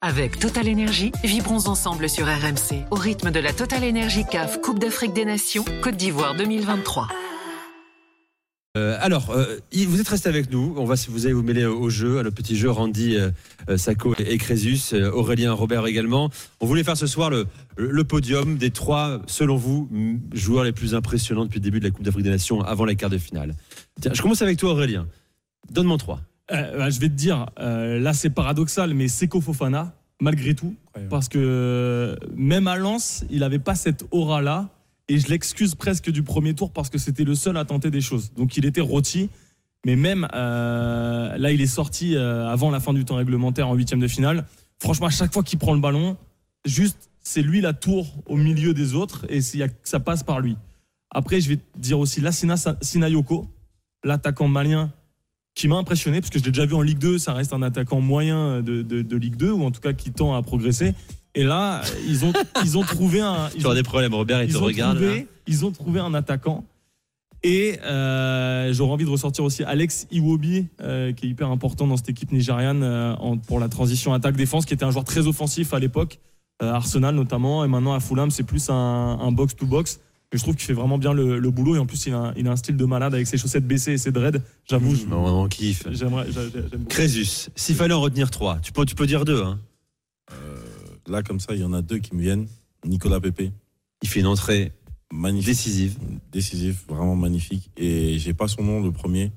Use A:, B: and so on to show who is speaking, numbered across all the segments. A: Avec Total Energy, vibrons ensemble sur RMC au rythme de la Total Energy CAF Coupe d'Afrique des Nations Côte d'Ivoire 2023.
B: Euh, alors, euh, vous êtes resté avec nous. On va, vous allez vous mêler au jeu, à le petit jeu. Randy, euh, Sacco et Crésus, euh, Aurélien, Robert également. On voulait faire ce soir le, le podium des trois, selon vous, m- joueurs les plus impressionnants depuis le début de la Coupe d'Afrique des Nations avant les quarts de finale. Tiens, je commence avec toi, Aurélien. Donne-moi trois.
C: Euh, bah, je vais te dire, euh, là c'est paradoxal, mais Seko Fofana, malgré tout,
D: Incroyable.
C: parce que euh, même à Lens, il n'avait pas cette aura-là, et je l'excuse presque du premier tour parce que c'était le seul à tenter des choses. Donc il était rôti, mais même euh, là il est sorti euh, avant la fin du temps réglementaire en huitième de finale. Franchement, à chaque fois qu'il prend le ballon, juste c'est lui la tour au milieu des autres, et c'est- y a- ça passe par lui. Après, je vais te dire aussi Lassina Sa- Sinayoko, l'attaquant malien qui m'a impressionné, parce que je l'ai déjà vu en Ligue 2, ça reste un attaquant moyen de, de- de Ligue 2, ou en tout cas qui tend à progresser. Et là, ils ont, ils ont trouvé un.
B: Tu
C: Ils
B: auras
C: ont,
B: des problèmes, Robert,
C: ils
B: il Ah, te hein.
C: ont
B: regarde.
C: trouvé, ils ont trouvé un attaquant. Et euh, j'aurais envie de ressortir aussi Alex Iwobi, euh, qui est hyper important dans cette équipe nigériane euh, en- pour la transition attaque-défense, qui était un joueur très offensif à l'époque, euh, Arsenal notamment, et maintenant à Fulham, c'est plus un, un box-to-box. Mais je trouve qu'il fait vraiment bien le, le boulot, et en plus, il a, un- il a un style de malade avec ses chaussettes baissées et ses dreads. J'avoue, je-
B: Non, on kiffe.
C: j'aimerais. j'a- j'a- j'aime beaucoup.
B: Crésus, s'il fallait en retenir trois, tu peux, tu peux dire deux. hein.
D: Là, comme ça, il y en a deux qui me viennent. Nicolas Pépé,
B: Il fait une entrée
D: magnifique,
B: décisive.
D: décisif, vraiment magnifique. Et j'ai pas son nom, le premier.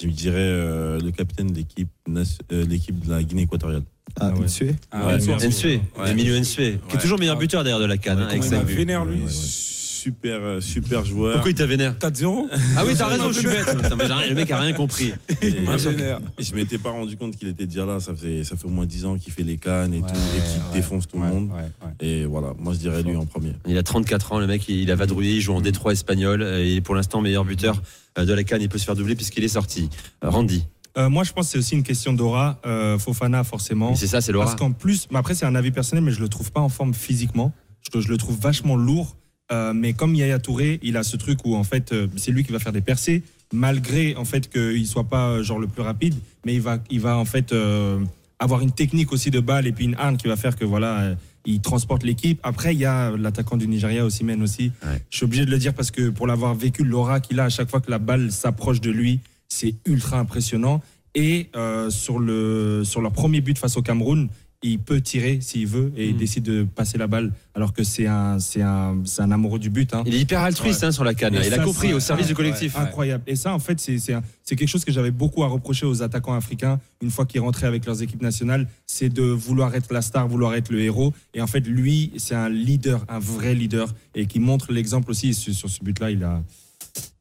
D: Je me dirais euh, le capitaine de l'équipe nas- euh, l'équipe de la Guinée équatoriale.
E: Ah,
C: ouais.
E: Nsue.
D: Ouais,
B: E,
C: Bonsoir.
D: merci.
B: Nsue,
D: Ouais.
B: Emilio Nsue, E, qui est
D: Ouais.
B: toujours meilleur buteur derrière de la canne, hein,
D: Ouais,
B: avec
D: comment
B: cinq
D: il
B: buts.
D: m'a
F: vénère, lui.
D: Ouais, ouais, ouais. Super, euh, super joueur.
B: Pourquoi il t'a vénère
F: 4-0
B: Ah oui, t'as raison, je suis bête. Putain, mais j'ai rien- le mec a rien compris.
D: Et-
F: Il m'a vénère.
D: Et je m'étais pas rendu compte qu'il était déjà là. Ça fait, ça fait au moins 10 ans qu'il fait les cannes et
F: Ouais,
D: tout, et qu'il
F: ouais,
D: défonce tout
F: ouais,
D: le monde.
F: ouais, ouais.
D: Et voilà, moi je dirais lui en premier.
B: Il a 34 ans, le mec, il a vadrouillé, il joue en Détroit espagnol. euh, Il est pour l'instant meilleur buteur euh, de la canne. Il peut se faire doubler puisqu'il est sorti. Euh, Randy,
F: Euh, moi, je pense que c'est aussi une question d'aura. euh, Fofana, forcément.
B: Mais c'est ça, c'est Laura.
F: Parce qu'en plus, mais après, c'est un avis personnel, mais je le trouve pas en forme physiquement. Je, je le trouve vachement lourd. Euh, mais comme Yaya Touré, il a ce truc où, en fait, euh, c'est lui qui va faire des percées, malgré, en fait, qu'il soit pas, euh, genre, le plus rapide. Mais il va, il va en fait, euh, avoir une technique aussi de balle et puis une arme qui va faire que, voilà, euh, il transporte l'équipe. Après, il y a l'attaquant du Nigeria, Osimhen aussi.
B: Ouais.
F: Je suis obligé de le dire parce que, pour l'avoir vécu, l'aura qu'il a à chaque fois que la balle s'approche de lui, c'est ultra impressionnant. Et euh, sur, le, sur leur premier but face au Cameroun, il peut tirer s'il veut et il
C: Mm.
F: décide de passer la balle alors que c'est un, c'est un, c'est un amoureux du but. hein.
B: il est hyper altruiste hein, sur la canne.
F: Mais
B: Il a
F: ça,
B: compris
F: c'est
B: au service du
F: incroyable.
B: collectif.
F: Incroyable. Et ça, en fait, c'est- c'est un- c'est quelque chose que j'avais beaucoup à reprocher aux attaquants africains une fois qu'ils rentraient avec leurs équipes nationales, c'est de vouloir être la star, vouloir être le héros. Et en fait, lui, c'est un leader, un vrai leader, et qui montre l'exemple aussi. Et sur sur ce but-là, il a,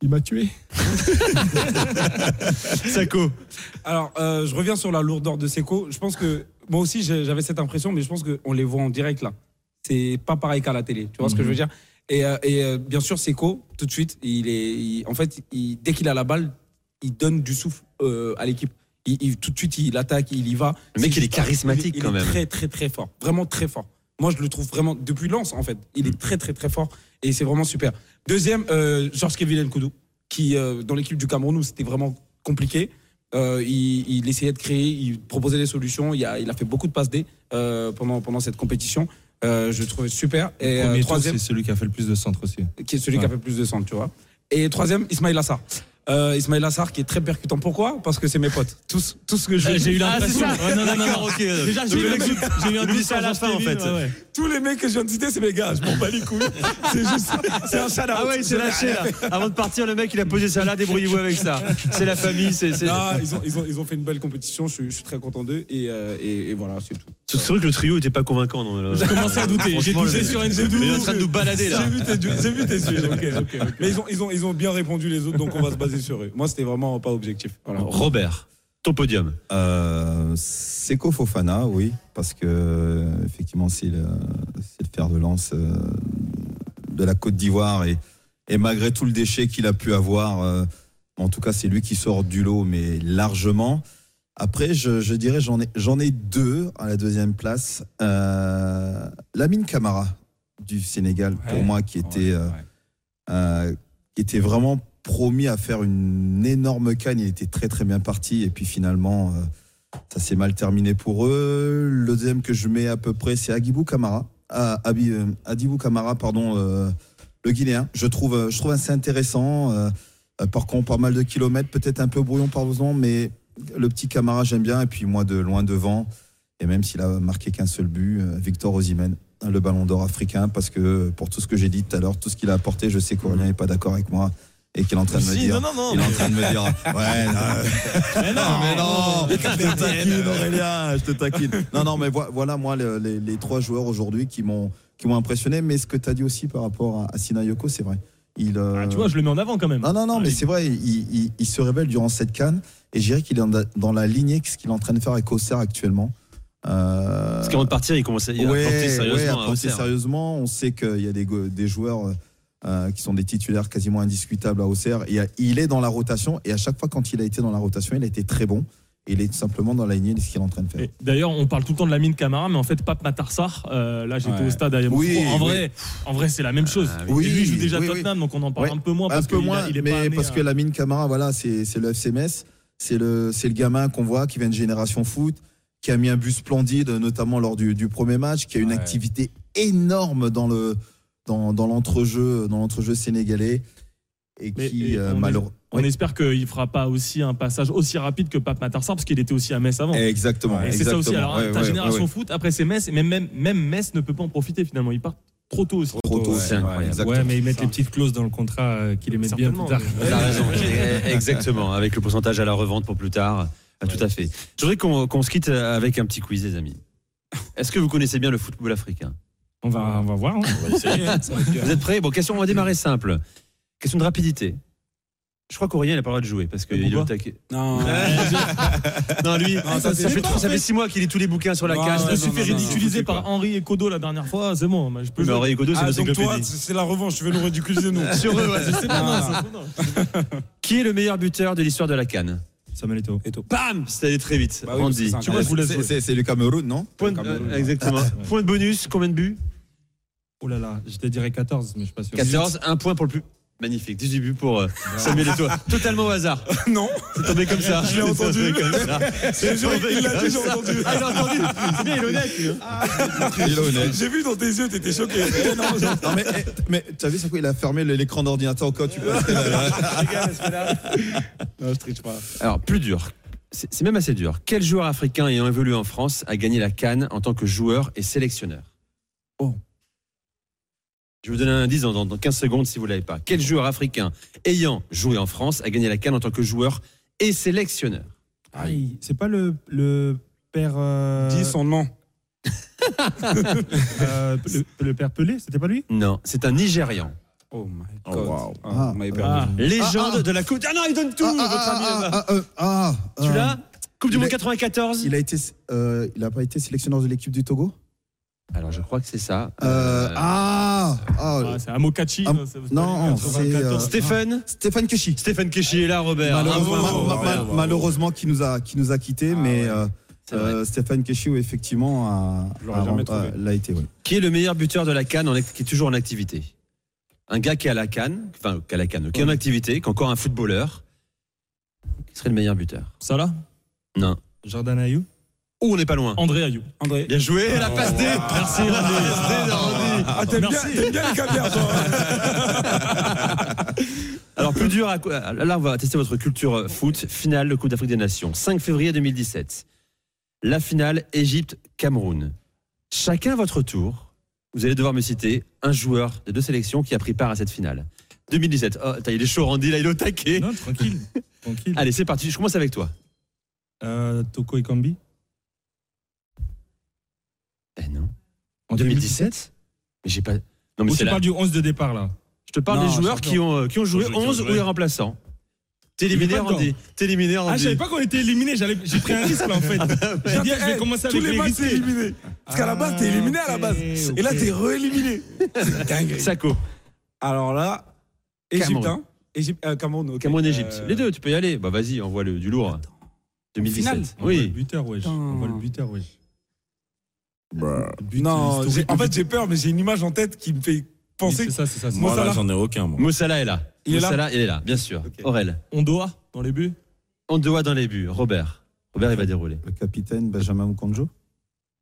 F: il m'a tué.
B: Sako,
F: Alors,
G: Euh, je reviens sur la lourdeur de Seco. Je pense que moi aussi j'ai- j'avais cette impression, mais je pense qu'on les voit en direct là. C'est pas pareil qu'à la télé. Tu vois ce que je veux
B: Mhm.
G: dire Et, euh, et, euh, bien sûr, Seco, tout de suite, il est, il- en fait, il- dès qu'il a la balle, il donne du souffle euh, à l'équipe. Il, il- tout de suite, il attaque, il y va.
B: Le mec,
G: C'est
B: il est
G: juste-
B: charismatique,
G: il est-
B: quand même.
G: Il est très, très, très fort. Vraiment très fort. Moi, je le trouve vraiment depuis Lens, en fait.
B: Mm.
G: Il est très, très, très fort et c'est vraiment super. Deuxième, euh, Georges Kevin Koudou, qui euh, dans l'équipe du Cameroun, où c'était vraiment compliqué. Euh, il, il essayait de créer, il proposait des solutions. Il a, il a fait beaucoup de passes D euh, pendant, pendant cette compétition. Euh, je le trouvais super. Et euh, troisième,
F: c'est celui qui a fait le plus de centres aussi.
G: qui est celui qui a fait plus de centres, tu vois. Et troisième, Ismail Assar. Euh, Ismail Assar qui est très percutant. Pourquoi Parce que c'est mes potes. Tous, tous ce que je
C: J'ai eu
B: Ah,
C: l'impression.
B: c'est ça.
C: Ouais, non, non, non, non.
B: ok.
C: Déjà, j'ai
B: Donc,
C: eu
B: le mec,
C: l'impression- j'ai eu un
B: il oublie
C: doute
B: ça à la fin, en fait.
G: tous les mecs que je viens de citer, c'est mes gars. Je m'en bats les couilles. C'est juste, c'est un shout
B: Ah ouais, il s'est lâché là. Avant de partir, le mec, il a posé ça là, débrouillez-vous avec ça. C'est la famille, c'est. c'est-
G: Ah, ils, ont, ils, ont, ils ont fait une belle compétition, je, suis- je suis très content d'eux et, euh, et, et voilà, c'est tout.
B: C'est vrai que le trio était pas convaincant. non, là.
C: J'ai commencé à douter. J'ai
B: Franchement,
C: douté
B: le-
C: sur
B: Mais Il est en
C: Nzedou.
B: train de nous balader là.
G: J'ai vu tes yeux, j'ai vu tes yeux, ok, ok, ok. Mais ils ont, ils, ont, ils ont bien répondu les autres, donc on va se baser sur eux. Moi, c'était vraiment pas objectif. Voilà.
B: Robert, ton podium.
E: Euh, Seko Fofana, oui, parce que euh, effectivement, c'est le, c'est le fer de lance euh, de la Côte d'Ivoire et, et malgré tout le déchet qu'il a pu avoir, euh, en tout cas, c'est lui qui sort du lot, mais largement. Après, je, je dirais, j'en ai, j'en ai deux à la deuxième place. Euh, Lamine Camara du Sénégal, pour moi, qui était euh, euh, qui était vraiment promis à faire une énorme canne. Il était très très bien parti et puis finalement, euh, Ça s'est mal terminé pour eux. Le deuxième que je mets à peu près, c'est Agibou Kamara. Ah, Abi- euh, Adibou Kamara, pardon, euh, le Guinéen. Je trouve, euh, je trouve assez intéressant. euh, euh, par contre, pas mal de kilomètres, peut-être un peu brouillon par moment, mais le petit Camara, j'aime bien. Et puis moi, de loin devant, et même s'il a marqué qu'un seul but, euh, Victor Osimhen, hein, le ballon d'or africain, parce que pour tout ce que j'ai dit tout à l'heure, tout ce qu'il a apporté, je sais qu'Aurélien n'est pas d'accord avec moi et qu'il est en train de me dire.
F: non, non,
E: Il est en train de me dire. Ouais, non,
C: Mais non,
E: non, mais non, je te taquine, Aurélien, je te taquine. Non, non, mais vo- voilà, moi, le- les, les trois joueurs aujourd'hui qui m'ont qui m'ont impressionné. Mais ce que tu as dit aussi par rapport à, à Sina Yoko, c'est vrai. Il, euh,
C: Ah, tu vois, je le mets en avant quand même.
E: non, non, non, mais
C: Allez.
E: c'est vrai, il, il- il se révèle durant cette canne. Et je dirais qu'il est en- dans la lignée que ce qu'il est en train de faire avec Auxerre actuellement. Euh,
B: Parce qu'avant de partir, il commençait il a
E: Ouais,
B: tenté
E: ouais, à
B: sérieusement. à
E: porter
B: Auxerre.
E: sérieusement. On sait qu'il y a des, go- des joueurs euh, qui sont des titulaires quasiment indiscutables à Auxerre. Et, euh, il est dans la rotation et à chaque fois quand il a été dans la rotation, il a été très bon. Et il est tout simplement dans la lignée de ce qu'il est en train de faire.
C: Et D'ailleurs, on parle tout le temps de la mine Camara, mais en fait, Pape Matarsar, euh, là j'étais
E: Ouais.
C: au stade à Yamoussoukro.
E: Oui,
C: en
E: oui.
C: vrai, en vrai c'est la même chose.
B: Ah,
E: oui.
C: Et lui, il joue
E: Oui,
C: déjà
E: oui,
C: Tottenham, donc on en parle
E: Ouais.
C: un peu moins.
E: un
C: Parce
E: peu
C: qu'il a-
E: moins,
C: il est pas
E: mais
C: amené
E: parce
C: à-
E: que la mine Camara, voilà, c'est c'est le FCMS, c'est le, c'est le gamin qu'on voit qui vient de Génération Foot, qui a mis un but splendide, notamment lors du, du premier match, qui a une
G: Ouais.
E: activité énorme dans le dans, dans l'entrejeu, dans l'entrejeu sénégalais, et
C: Mais-
E: qui
C: et
E: euh,
C: on est-
E: malheureux.
C: On
E: Oui,
C: espère qu'il fera pas aussi un passage aussi rapide que Pape Matarsar, parce qu'il était aussi à Metz avant.
E: Exactement.
C: Et c'est ça aussi.
E: Eh, exactement.
C: Alors,
G: hein,
E: Ouais,
C: ta
E: ouais,
C: génération
E: ouais, ouais.
C: foot, après c'est Metz, et même, même, même Metz ne peut pas en profiter finalement. Ils partent trop tôt aussi.
E: Trop tôt,
B: Ouais,
E: c'est
B: ouais,
E: incroyable.
F: Ouais,
E: Exactement.
F: mais ils mettent les petites clauses dans le contrat euh, qui les mettent bien plus
C: Certainement,
F: tard.
B: T'as raison. Exactement, avec le pourcentage à la revente pour plus tard. Ah, Tout à fait. Je voudrais qu'on qu'on se quitte euh, avec un petit quiz, les amis. Est-ce que vous connaissez bien le football africain
F: On va, on va voir. hein.
G: Ah,
B: Vous êtes prêts Bon, question, on va démarrer simple. Question de rapidité. Je crois qu'Aurélien n'a pas le droit de jouer parce qu'il est au
C: Pourquoi
B: taquet.
G: Non.
B: Non, lui,
G: Non, ça,
B: ça,
G: c'est
B: fait
G: pas,
B: trois- ça
G: en
B: fait six mois qu'il lit tous les bouquins sur la
G: Ouais,
B: cage. Ça
G: ouais, non,
B: se fait
G: non, non,
B: ridiculiser.
C: Utilisé par Henri et Kodo la dernière fois, c'est bon, bah, je peux
B: Mais
C: jouer.
B: Henri Godo, c'est
G: Ah, donc toi,
B: l'encyclopédie.
G: c'est la revanche, tu veux le ridiculiser, nous. Ah.
B: Sur eux, ouais.
C: Je sais pas, non, ça, non.
B: Qui est le meilleur buteur de l'histoire de la Cannes
F: Samuel Eto'o.
B: Bam C'est allé très vite.
G: Bah oui,
B: Randy.
G: parce
B: Tu
G: que c'est un
B: vois,
G: gars.
B: je vous laisse
E: C'est-
B: jouer.
E: C'est c'est du Cameroun, non
B: Point de-
G: Cameroun.
B: euh,
G: Ah,
B: exactement. Point de bonus, combien de buts
F: Oh là là, je te dirais 14, mais je suis pas sûr.
B: 14, un point pour le plus. Magnifique, 18 buts pour euh, Samuel Eto'o. Totalement au hasard.
G: Non.
B: C'est tombé comme ça. Je l'ai entendu. C'est tombé
G: Il l'a
B: comme
G: déjà
B: ça.
G: entendu.
B: Ah, il l'a entendu. C'est bien, il est honnête. lui, hein.
E: Il est honnête.
G: J'ai vu dans tes yeux, t'étais choqué.
E: Non, mais, eh, mais tu as vu sur quoi il a fermé l'écran d'ordinateur quand tu passes
G: Non, je triche pas.
B: Alors, plus dur. C'est c'est même assez dur. Quel joueur africain ayant évolué en France a gagné la Cannes en tant que joueur et sélectionneur
G: Oh.
B: Je vais vous donner un indice dans, dans- dans 15 secondes si vous ne l'avez pas. Quel joueur africain ayant joué en France a gagné la Cannes en tant que joueur et sélectionneur
F: Aïe, C'est pas le, le père. euh,
G: Dis son nom.
F: euh, le, le père Pelé, c'était pas lui
B: Non, c'est un Nigérian.
G: Oh my
E: Oh,
G: god.
E: wow.
G: Ah, vous m'avez perdu.
C: Ah.
B: Légende de la Coupe. Ah non, il donne tout, votre ami
E: ah,
B: là-bas. Tu l'as Coupe du
E: il
B: Monde
E: est-
B: 94
E: Il a été, euh, il a pas été sélectionneur de l'équipe du Togo
B: Alors, je crois que c'est ça.
E: Euh, Ah, ah,
C: Ah, C'est Amokachi.
E: Ah,
C: non, ça-
E: non, c'est, euh,
B: Stéphane
E: Stéphane Keshi.
B: Stéphane Keshi est là, Robert.
E: Malheureusement,
B: Bravo.
E: ma- ma- ma- malheureusement, qui nous a, qui nous a quitté, mais euh,
B: C'est vrai.
E: euh, Stéphane Keshi, oui, effectivement, a,
G: Je l'aurais
E: a-
G: jamais
E: a-
G: trouvé.
E: l'a été. oui.
B: Qui est le meilleur buteur de la Cannes en act- qui est toujours en activité Un gars qui est à la Cannes, enfin qui est à la Cannes, qui est en activité, qui est encore un footballeur, qui serait le meilleur buteur
C: Ça là
F: Jordan Ayou
B: Oh, on n'est pas loin.
C: André Ayou. Ah,
G: André.
B: Bien joué, la passe D Merci Randy.
G: Ah, t'aimes bien,
C: Merci.
G: t'aimes bien les caviars, toi. hein.
B: Alors plus dur, à quoi- là on va tester votre culture euh, foot, finale de Coupe d'Afrique des Nations, 5 février 2017. La finale Égypte-Cameroun. Chacun à votre tour, vous allez devoir me citer un joueur des deux sélections qui a pris part à cette finale. 2017, oh, t'as, il est chaud Randy, là il est au taquet.
F: Non, tranquille. tranquille.
B: Allez c'est parti, je commence avec toi.
F: Euh, Toko Ekambi Eh
B: Ben non.
F: en
B: 2017 Mais j'ai pas. Non, mais
F: Ou
B: c'est
F: tu
B: là.
F: parles du 11 de départ là
B: Je te parle
G: Non,
B: des joueurs
G: champion.
B: qui ont, euh, qui ont
F: Oh,
B: joué
D: Qui ont joué, qui ont
B: 11 ou
D: joué.
B: les remplaçants. T'es
F: Il
B: éliminé,
F: est pas
B: Randy. T'es éliminé,
F: Ah, je
B: Randy.
F: savais pas qu'on était éliminé, j'ai pris un risque là en fait. J'ai dit, je vais commencer
G: Tous
F: avec
G: les
F: les
G: matchs, t'es
F: risques.
G: éliminé. Parce qu'à la base, t'es
F: Ah,
G: éliminé à la
F: ok,
G: base. Et là,
F: ok.
G: t'es rééliminé. C'est dingue.
B: Sako,
G: Alors là,
B: Cameroun.
G: Égypte, hein. Égypte, euh, Cameroun, ok.
B: Cameroun, Égypte.
G: Euh,
B: Les deux, tu peux y aller. Bah vas-y, envoie le du lourd. 2017.
G: Finale.
F: On voit le
B: oui.
F: buteur, wesh. On voit le buteur, wesh. Le but
G: Non, j'ai-
F: historique,
G: en
F: le
G: fait,
F: but-
G: j'ai peur, mais j'ai une image en tête qui me fait
F: Oui,
G: penser.
F: C'est ça, c'est ça. c'est
D: Moi,
F: ça.
D: là, j'en ai aucun, moi.
B: Mossala est là.
G: Il est là
B: Mossala, il est là, bien sûr.
G: Ok.
B: Aurel.
C: On doit dans les buts.
B: On doit dans les buts. Robert. Robert, il va dérouler.
E: Le capitaine Benjamin Okonjo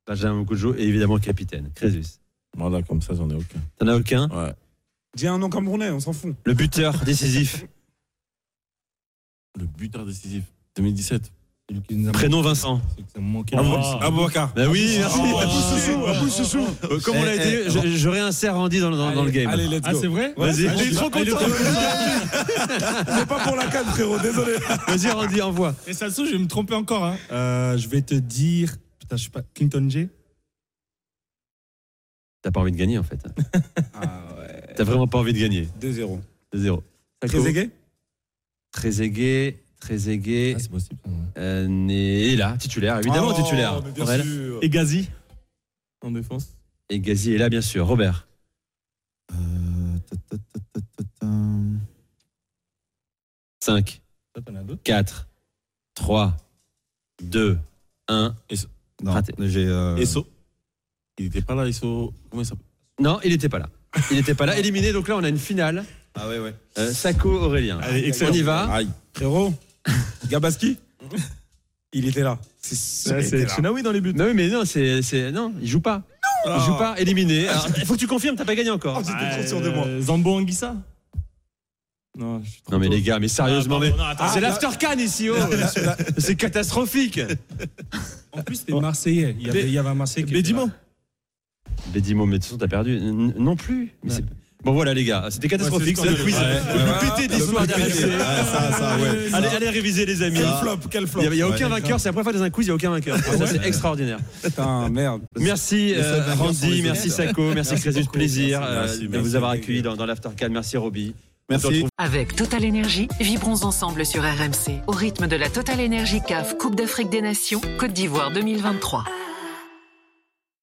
B: Benjamin Okojo et évidemment capitaine, Crésus.
D: Voilà, comme ça, j'en ai aucun.
B: T'en as aucun
D: Ouais.
G: Dis un nom camerounais, on s'en fout.
B: Le buteur décisif,
D: Le buteur décisif 2017.
F: Celui qui nous a
B: prénom Vincent.
F: manqué, c'est que ça me manquait.
C: Ah,
D: Abouaka.
B: Ben oui, merci.
F: Ah.
G: Oh,
B: Abou Soussou,
G: ouais. oh.
B: Abou Soussou. Euh, Comme on l'a
E: Eh,
B: dit, je, je réinsère Andy dans, dans, dans le
G: Allez,
B: game.
G: Allez, let's
C: Ah, c'est
G: go.
C: vrai
B: Vas-y.
C: Ah, je- ah, il est trop content.
G: C'est pas pour la canne, frérot, désolé.
B: Vas-y, Andy, envoie.
C: Et ça se trouve, je vais me tromper encore. hein.
F: Euh, je vais te dire. Putain, je sais pas. Clinton J.
B: T'as pas envie de gagner en fait.
G: Ah ouais.
B: T'as vraiment pas envie de gagner.
G: 2-0.
B: 0
G: Très aigué
B: Très aigué, très
F: Ah,
B: aigué.
D: c'est possible.
B: Euh, né- est là, titulaire, évidemment
G: Ah, Oh,
B: titulaire.
G: mais bien
B: Aurel.
G: sûr.
C: Et Gazi En défense.
B: Et Gazi est là, bien sûr. Robert.
E: Euh, ta, ta, ta, ta, ta, ta.
B: 5, 4, 3, 2, 1.
E: Non,
B: Raté.
E: j'ai. euh,
D: Esso. Il était pas là, Esso. Comment il s'appelle
B: Non, il n'était pas là. Il n'était pas là, éliminé. Donc là, on a une finale.
E: Ah ouais, ouais.
B: Euh, Sacco Aurélien.
C: Allez,
B: on y va.
D: Aïe.
G: Frérot, Gabaski Il était là. C'est
C: Ouais,
G: il était
C: C'est
G: là.
C: Chenaoui dans les buts.
B: Non, oui, mais non, c'est, c'est- non, il joue pas. Il joue pas, éliminé. hein. Alors, Il faut que tu confirmes, t'as pas gagné encore.
G: J'étais Oh, trop sûr de moi.
C: Euh, Zambo Anguissa Non, je suis trop
B: Non mais
C: tôt.
B: les gars, mais sérieusement,
C: Ah,
B: mais
C: pardon, non, attends.
B: c'est l'after can ici, oh. c'est catastrophique.
F: En plus, c'était Marseillais. Il y avait, il y avait un Marseillais qui. était
C: Bédimo
F: là.
B: Bédimo, mais de toute façon, t'as perdu. N- non plus. Mais c'est- Bon voilà les gars, c'était catastrophique,
C: Ouais,
B: c'est
C: c'est
B: le quiz
E: Ouais,
B: le plus
E: ouais.
B: pété d'histoire
E: Le plus pété.
B: d'RFC.
E: Ah, ça, ça, ouais.
B: Allez, allez réviser les amis.
E: Quel
B: flop, quel flop. Il n'y a, aucun vainqueur, c'est la première fois dans un quiz, il n'y a aucun vainqueur. Ça c'est extraordinaire.
G: Putain, merde.
B: Merci
E: Les seuls
B: euh,
E: vainqueurs sont
B: Randy,
E: les
B: merci
E: autres.
B: Sako, merci Crésus, plaisir
D: Merci,
B: euh,
D: merci,
B: de
D: merci,
B: vous avoir
D: les
B: accueilli
D: gars.
B: dans, dans l'after can. Merci Roby. On se
E: Merci.
A: Avec Total Energy, vibrons ensemble sur RMC au rythme de la Total Energy CAF Coupe d'Afrique des Nations Côte d'Ivoire 2023.